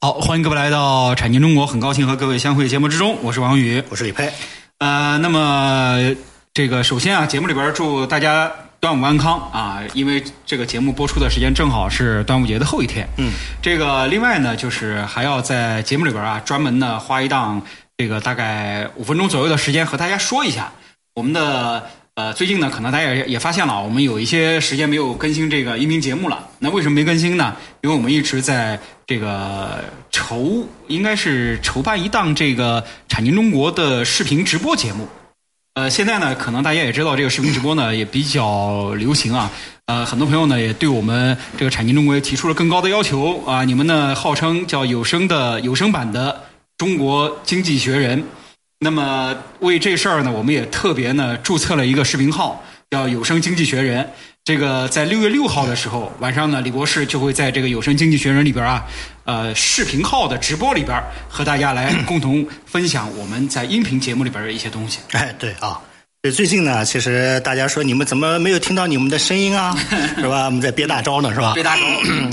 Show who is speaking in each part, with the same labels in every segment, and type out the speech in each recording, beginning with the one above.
Speaker 1: 好，欢迎各位来到《产经中国》，很高兴和各位相会节目之中，我是王宇。
Speaker 2: 我是李佩。
Speaker 1: 呃，那么这个首先啊，节目里边祝大家端午安康啊，因为这个节目播出的时间正好是端午节的后一天。嗯，这个另外呢，就是还要在节目里边啊，专门呢花一档这个大概五分钟左右的时间和大家说一下我们的。呃，最近呢，可能大家也也发现了，我们有一些时间没有更新这个音频节目了。那为什么没更新呢？因为我们一直在这个筹，应该是筹办一档这个产经中国的视频直播节目。呃，现在呢，可能大家也知道，这个视频直播呢也比较流行啊。呃，很多朋友呢也对我们这个产经中国也提出了更高的要求啊。你们呢号称叫有声的有声版的中国经济学人。那么为这事儿呢，我们也特别呢注册了一个视频号，叫有声经济学人。这个在六月六号的时候晚上呢，李博士就会在这个有声经济学人里边啊，呃，视频号的直播里边和大家来共同分享我们在音频节目里边的一些东西。
Speaker 2: 哎，对啊，这最近呢，其实大家说你们怎么没有听到你们的声音啊？是吧？我们在憋大招呢，是吧？
Speaker 1: 别大招，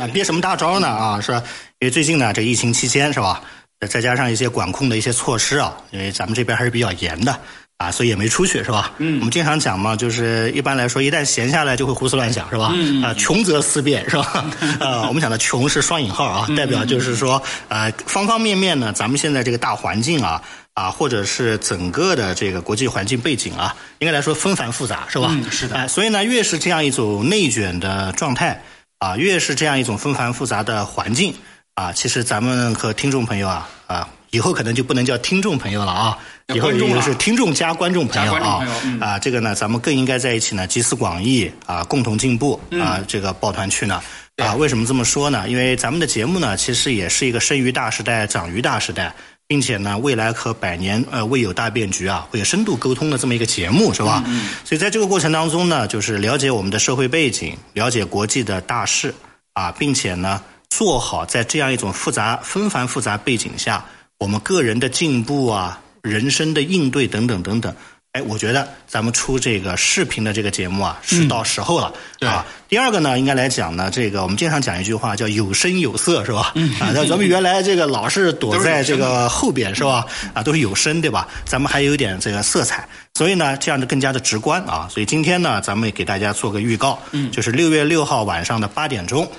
Speaker 2: 啊，憋什么大招呢？啊，是吧？因为最近呢，这疫情期间是吧，再加上一些管控的一些措施啊，因为咱们这边还是比较严的啊，所以也没出去是吧？嗯，我们经常讲嘛，就是一般来说，一旦闲下来就会胡思乱想是吧？嗯啊，穷则思变是吧？ 呃，我们讲的穷是双引号啊，代表就是说呃，方方面面呢，咱们现在这个大环境啊。啊，或者是整个的这个国际环境背景啊，应该来说纷繁复杂，是吧？
Speaker 1: 嗯是的
Speaker 2: 哎，所以呢，越是这样一种内卷的状态啊，越是这样一种纷繁复杂的环境啊，其实咱们和听众朋友啊啊，以后可能就不能叫听众朋友了啊，
Speaker 1: 叫
Speaker 2: 以后
Speaker 1: 观众了
Speaker 2: 也是听众加观众朋友
Speaker 1: 加观
Speaker 2: 啊
Speaker 1: 众朋友嗯
Speaker 2: 啊，这个呢，咱们更应该在一起呢，集思广益啊，共同进步
Speaker 1: 嗯
Speaker 2: 啊，这个抱团取暖。啊，为什么这么说呢？因为咱们的节目呢，其实也是一个生于大时代、长于大时代，并且呢，未来和百年呃未有大变局啊，会有深度沟通的这么一个节目，是吧？嗯所以在这个过程当中呢，就是了解我们的社会背景，了解国际的大势啊，并且呢，做好在这样一种复杂、纷繁复杂背景下，我们个人的进步啊，人生的应对等等等等。哎，我觉得咱们出这个视频的这个节目啊，是到时候了、
Speaker 1: 对
Speaker 2: 啊。第二个呢，应该来讲呢，这个我们经常讲一句话叫“有声有色”，是吧？啊，那咱们原来这个老是躲在这个后边，是吧？啊，都是有声，对吧？咱们还有点这个色彩，所以呢，这样的更加的直观啊。所以今天呢，咱们也给大家做个预告，嗯，就是六月六号晚上的八点钟。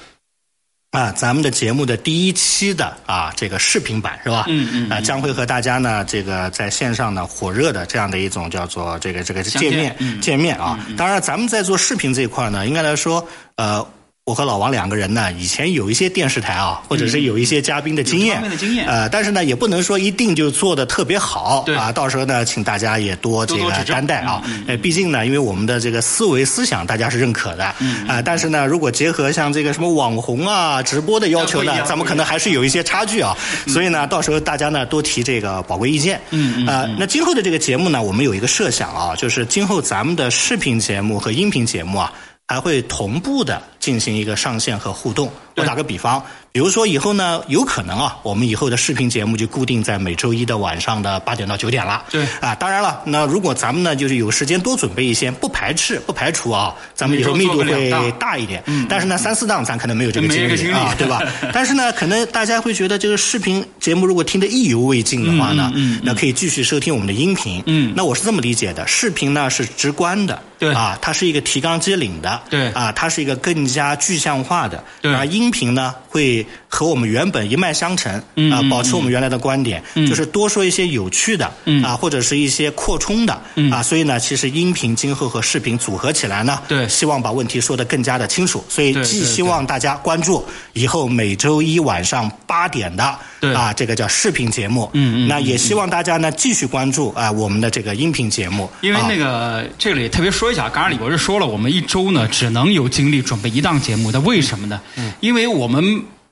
Speaker 2: 啊，咱们的节目的第一期的啊，这个视频版是吧？嗯嗯。啊，将会和大家呢，这个在线上呢火热的这样的一种叫做这个这个
Speaker 1: 相见
Speaker 2: 界面、界面啊。
Speaker 1: 嗯
Speaker 2: 当然，咱们在做视频这一块呢，应该来说，呃，我和老王两个人呢，以前有一些电视台啊，或者是有一些嘉宾的经
Speaker 1: 嗯有这方
Speaker 2: 验，
Speaker 1: 面的经验
Speaker 2: 呃，但是呢，也不能说一定就做的特别好
Speaker 1: 对
Speaker 2: 啊。到时候呢，请大家也多这
Speaker 1: 多多
Speaker 2: 个
Speaker 1: 指正嗯
Speaker 2: 担待啊。呃，毕竟呢，因为我们的这个思维思想大家是认可的，
Speaker 1: 嗯
Speaker 2: 啊，但是呢，如果结合像这个什么网红啊、直播的要
Speaker 1: 那不
Speaker 2: 求
Speaker 1: 一
Speaker 2: 呢，
Speaker 1: 样
Speaker 2: 咱们可
Speaker 1: 不一
Speaker 2: 能
Speaker 1: 样
Speaker 2: 还是有一些差距啊。
Speaker 1: 嗯
Speaker 2: 所以呢，到时候大家呢多提这个宝贵意见。嗯啊，那今后的这个节目呢，我们有一个设想啊，就是今后咱们的视频节目和音频节目啊。还会同步的进行一个上线和互动。我打个比方，比如说以后呢，有可能啊，我们以后的视频节目就固定在每周一的晚上的八点到九点了。
Speaker 1: 对
Speaker 2: 啊，当然了，那如果咱们呢，就是有时间多准备一些，不排斥，不排除啊，咱们以后密度
Speaker 1: 每周做个
Speaker 2: 会
Speaker 1: 两档嗯
Speaker 2: 大一点。但是呢，三四档咱可能没有这个
Speaker 1: 没
Speaker 2: 精
Speaker 1: 这
Speaker 2: 力
Speaker 1: 个精力
Speaker 2: 啊，对吧？ 但是呢，可能大家会觉得这个视频节目如果听得意犹未尽的话呢，
Speaker 1: 嗯嗯嗯
Speaker 2: 那可以继续收听我们的音频。
Speaker 1: 嗯
Speaker 2: 那我是这么理解的，视频呢是直观的，
Speaker 1: 对
Speaker 2: 啊，它是一个提纲挈领的，
Speaker 1: 对
Speaker 2: 啊，它是一个更加具象化的，
Speaker 1: 对
Speaker 2: 而音频呢会和我们原本一脉相承，啊、
Speaker 1: 嗯嗯
Speaker 2: 保持我们原来的观点，就是多说一些有趣的，
Speaker 1: 嗯
Speaker 2: 啊，或者是一些扩充的，啊，所以呢，其实音频今后和视频组合起来呢，
Speaker 1: 对
Speaker 2: 希望把问题说得更加的清楚，所以
Speaker 1: 对
Speaker 2: 既
Speaker 1: 对
Speaker 2: 希望大家关注以后每周一晚上八点的，
Speaker 1: 对
Speaker 2: 啊，这个叫视频节目，
Speaker 1: 嗯嗯
Speaker 2: 那也希望大家呢继续关注啊我们的这个音频节目，
Speaker 1: 因为
Speaker 2: 啊
Speaker 1: 那个、这里特别说一下，刚刚李博士说了，我们一周呢只能有精力准备一档节目，那为什么呢？
Speaker 2: 嗯
Speaker 1: 因为我们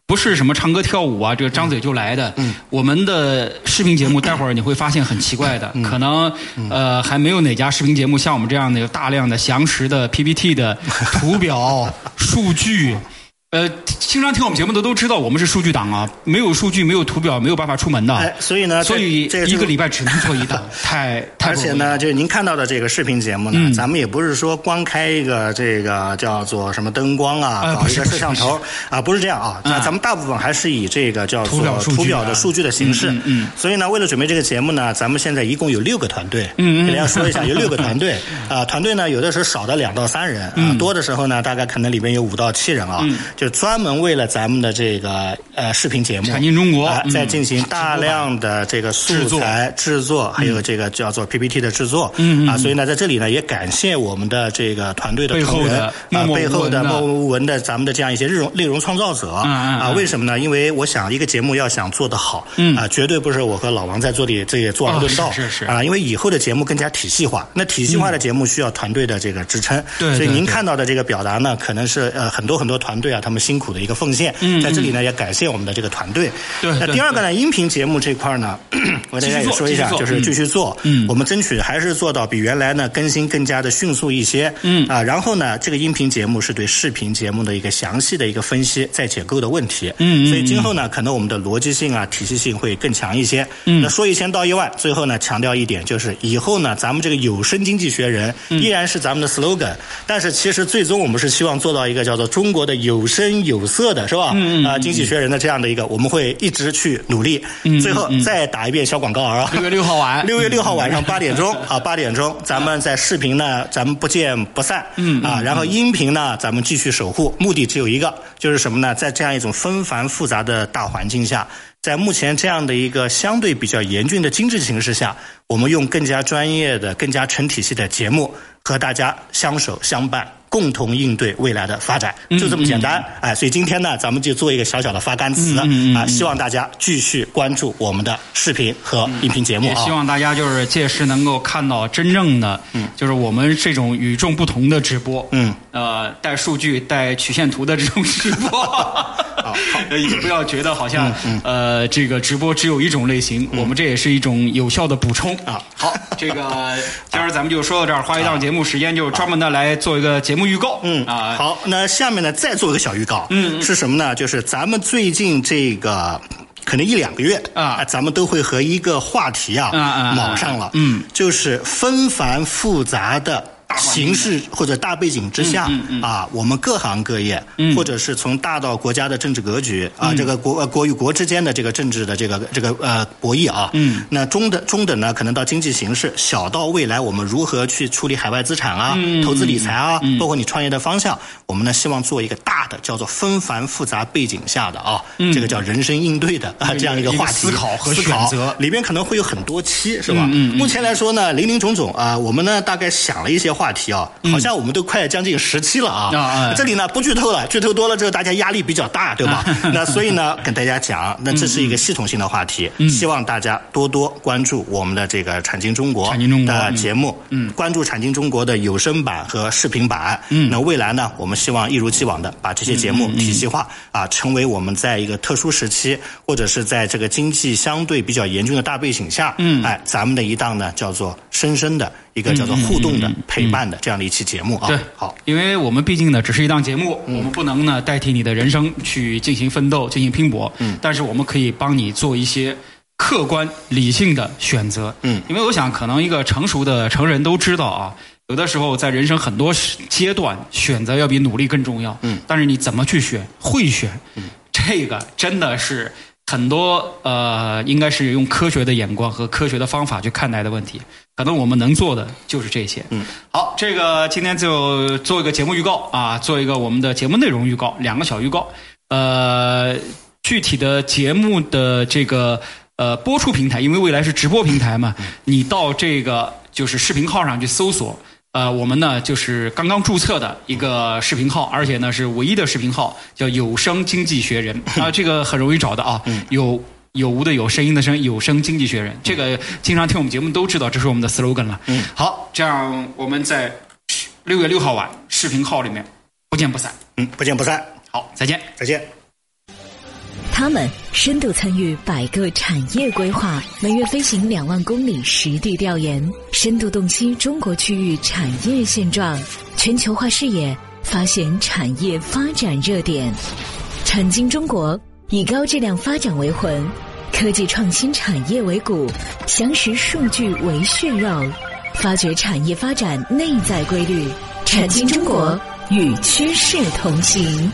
Speaker 1: 不是什么唱歌跳舞啊，这个张嘴就来的。
Speaker 2: 嗯
Speaker 1: 我们的视频节目，待会儿你会发现很奇怪
Speaker 2: 嗯
Speaker 1: 的，可能呃还没有哪家视频节目像我们这样的有大量的详实的 PPT 的图表数据。呃，经常听我们节目的都知道，我们是数据党啊，没有数据，没有图表，没有办法出门的。
Speaker 2: 哎所以呢
Speaker 1: 所
Speaker 2: 这
Speaker 1: 以
Speaker 2: 这
Speaker 1: 一
Speaker 2: 就
Speaker 1: 个礼拜只能做一档，太太
Speaker 2: 而
Speaker 1: 不
Speaker 2: 且
Speaker 1: 容易了嗯
Speaker 2: 呢，就是您看到的这个视频节目呢，咱们也不是说光开一个这个叫做什么灯光
Speaker 1: 呃
Speaker 2: 啊，搞
Speaker 1: 不
Speaker 2: 一
Speaker 1: 是
Speaker 2: 个
Speaker 1: 不是
Speaker 2: 摄像头啊，不是这样啊。
Speaker 1: 嗯
Speaker 2: 那咱们大部分还是以这个叫做
Speaker 1: 图表数据啊
Speaker 2: 图表的数据的形式
Speaker 1: 嗯嗯嗯。
Speaker 2: 所以呢，为了准备这个节目呢，咱们现在一共有六个团队，
Speaker 1: 嗯嗯
Speaker 2: 给大家说一下，有六个 团队啊。团队呢，有的时候少的两到三人啊，
Speaker 1: 嗯
Speaker 2: 多的时候呢，大概可能里边有五到七人啊，就专门为了咱们的这个呃视频节目
Speaker 1: 产经中国
Speaker 2: 啊
Speaker 1: 嗯
Speaker 2: 在进行大量的这个素
Speaker 1: 制作
Speaker 2: 材。来制作，还有这个叫做 PPT 的制作，
Speaker 1: 嗯嗯
Speaker 2: 啊，所以呢，在这里呢，也感谢我们的这个团队的
Speaker 1: 背后
Speaker 2: 同仁
Speaker 1: 的
Speaker 2: 啊
Speaker 1: 默，默
Speaker 2: 背后
Speaker 1: 无闻的
Speaker 2: 的默默无闻的咱们的这样一些内容内容创造者
Speaker 1: 嗯嗯
Speaker 2: 啊，
Speaker 1: 嗯
Speaker 2: 为什么呢？因为我想一个节目要想做得好，
Speaker 1: 嗯
Speaker 2: 啊，绝对不是我和老王在这里这也做而论道，
Speaker 1: 哦是是是
Speaker 2: 啊，因为以后的节目更加体系化，那体系化的节目需要团队的这个支撑，
Speaker 1: 对
Speaker 2: 所
Speaker 1: 对
Speaker 2: 以您
Speaker 1: 对
Speaker 2: 看到的这个表达呢，可能是呃很多很多团队啊他们辛苦的一个奉献，
Speaker 1: 嗯
Speaker 2: 在这里呢也感谢我们的这个团队，
Speaker 1: 对
Speaker 2: 那
Speaker 1: 对
Speaker 2: 第二个呢，音频节目这块儿呢， 我大家也说一下
Speaker 1: 继续，做
Speaker 2: 就是
Speaker 1: 继续做
Speaker 2: 继续做，
Speaker 1: 嗯
Speaker 2: 我们争取还是做到比原来呢更新更加的迅速一些，
Speaker 1: 嗯
Speaker 2: 啊，然后呢，这个音频节目是对视频节目的一个详细的一个分析再解构的问题，
Speaker 1: 嗯嗯
Speaker 2: 所以今后呢，可能我们的逻辑性啊、体系性会更强一些，嗯那说一千道一万，最后呢，强调一点就是以后呢，咱们这个有声经济学人
Speaker 1: 嗯
Speaker 2: 依然是咱们的 slogan，但是其实最终我们是希望做到一个叫做中国的有声有色的，是吧？
Speaker 1: 嗯嗯
Speaker 2: 啊，经济学人的这样的一个，我们会一直去努力，
Speaker 1: 嗯
Speaker 2: 最后
Speaker 1: 嗯嗯
Speaker 2: 再打一遍小广告啊，
Speaker 1: 六月六号晚， 嗯
Speaker 2: 六月六号晚上八点钟啊，八点钟，咱们在视频呢，咱们不见不散。
Speaker 1: 嗯
Speaker 2: 啊，然后音频呢，咱们继续守护，目的只有一个，就是什么呢？在这样一种纷繁复杂的大环境下，在目前这样的一个相对比较严峻的经济形势下，我们用更加专业的、更加成体系的节目和大家相守相伴。共同应对未来的发展，
Speaker 1: 嗯
Speaker 2: 就这么简单。哎，所以今天呢，咱们就做一个小小的发干词
Speaker 1: 嗯嗯嗯
Speaker 2: 啊，希望大家继续关注我们的视频和音频节目
Speaker 1: 嗯也
Speaker 2: 啊
Speaker 1: 希。望大家就是届时能够看到真正的，就是我们这种与众不同的直播，
Speaker 2: 嗯，
Speaker 1: 呃，带数据、带曲线图的这种直 播，呃 也不要觉得好
Speaker 2: 嗯
Speaker 1: 像呃这个直播只有一种类型，我们这也是一种有效的补充
Speaker 2: 啊。
Speaker 1: 好，这个今儿咱们就说到这儿，花一档节目时间就专门的来做一个节目预告，
Speaker 2: 嗯
Speaker 1: 啊，
Speaker 2: 好，那下面呢再做一个小预告，嗯，是什么呢？就是咱们最近这个。可能一两个月哎
Speaker 1: 啊
Speaker 2: 咱们都会和一个话题啊
Speaker 1: 啊啊啊
Speaker 2: 卯上了，
Speaker 1: 嗯，
Speaker 2: 就是纷繁复杂的
Speaker 1: 环境
Speaker 2: 形势或者大背景之下
Speaker 1: 嗯嗯
Speaker 2: 啊，我们各行各业，或者是从大到国家的政治格局啊，
Speaker 1: 嗯
Speaker 2: 这个国呃国与国之间的这个政治的这个这个呃博弈啊，
Speaker 1: 嗯，
Speaker 2: 那中等中等呢，可能到经济形势，小到未来我们如何去处理海外资产啊，
Speaker 1: 嗯
Speaker 2: 投资理财啊，包括你创业的方向，我们呢希望做一个大的叫做纷繁复杂背景下的啊，这个叫人生应对的啊这样一个
Speaker 1: 嗯一个
Speaker 2: 话题
Speaker 1: 思考和
Speaker 2: 思考
Speaker 1: 选择
Speaker 2: 里边可能会有很多期，是吧？目前来说呢，林林总总啊，我们呢大概想了一些话题啊，好像我们都快将近十期了啊。
Speaker 1: 啊啊
Speaker 2: 这里呢不剧透了，剧透多了之后大家压力比较大，对吧？ 那所以呢，跟大家讲，那这是一个系统性的话题，希望大家多多关注我们的这个产经中国
Speaker 1: 产经中国
Speaker 2: 的
Speaker 1: 嗯
Speaker 2: 节目，嗯，关注产经中国的有声版和视频版。
Speaker 1: 嗯
Speaker 2: 那未来呢，我们希望一如既往的把这些节目体系化、啊，成为我们在一个特殊时期，或者是在这个经济相对比较严峻的大背景下，嗯，哎，咱们的一档呢叫做深深的一个叫做互动
Speaker 1: 嗯
Speaker 2: 的、陪伴的这样的一期节目啊。
Speaker 1: 对，
Speaker 2: 好，嗯
Speaker 1: 因为我们毕竟呢只是一档节目，我们不能呢代替你的人生去进行奋斗、进行拼搏，嗯，但是我们可以帮你做一些客观理性的选择，
Speaker 2: 嗯，
Speaker 1: 因为我想可能一个成熟的成人都知道啊。有的时候，在人生很多时阶段，选择
Speaker 2: 嗯
Speaker 1: 要比努力更重要。嗯，但是你怎么去选，会选，这个真的是很多呃，应该是用科学的眼光和科学的方法去看待的问题。可能我们能做的就是这些。嗯，好，这个今天就做一个节目预告啊，做一个我们的节目内容预告，两个小预告。呃，具体的节目的这个呃播出平台，因为未来是直播平台嘛，你到这个就是视频号上去搜索。呃，我们呢就是刚刚注册的一个视频号，而且呢是唯一的视频号，叫有声经济学人啊、这个很容易找的啊，有。有无的有，声音的声，有声经济学人。这个经常听我们节目都知道，这是我们的 slogan 了。嗯，好，这样我们在六月六号晚视频号里面不见不散。
Speaker 2: 嗯，不见不散，
Speaker 1: 好，再见。
Speaker 2: 再见。
Speaker 3: 他们深度参与百个产业规划，每月飞行两万公里实地调研，深度洞悉中国区域产业现状，全球化视野，发现产业发展热点。产经中国以高质量发展为魂，科技创新产业为骨，详实数据为血肉，发掘产业发展内在规律。产经中国与趋势同行。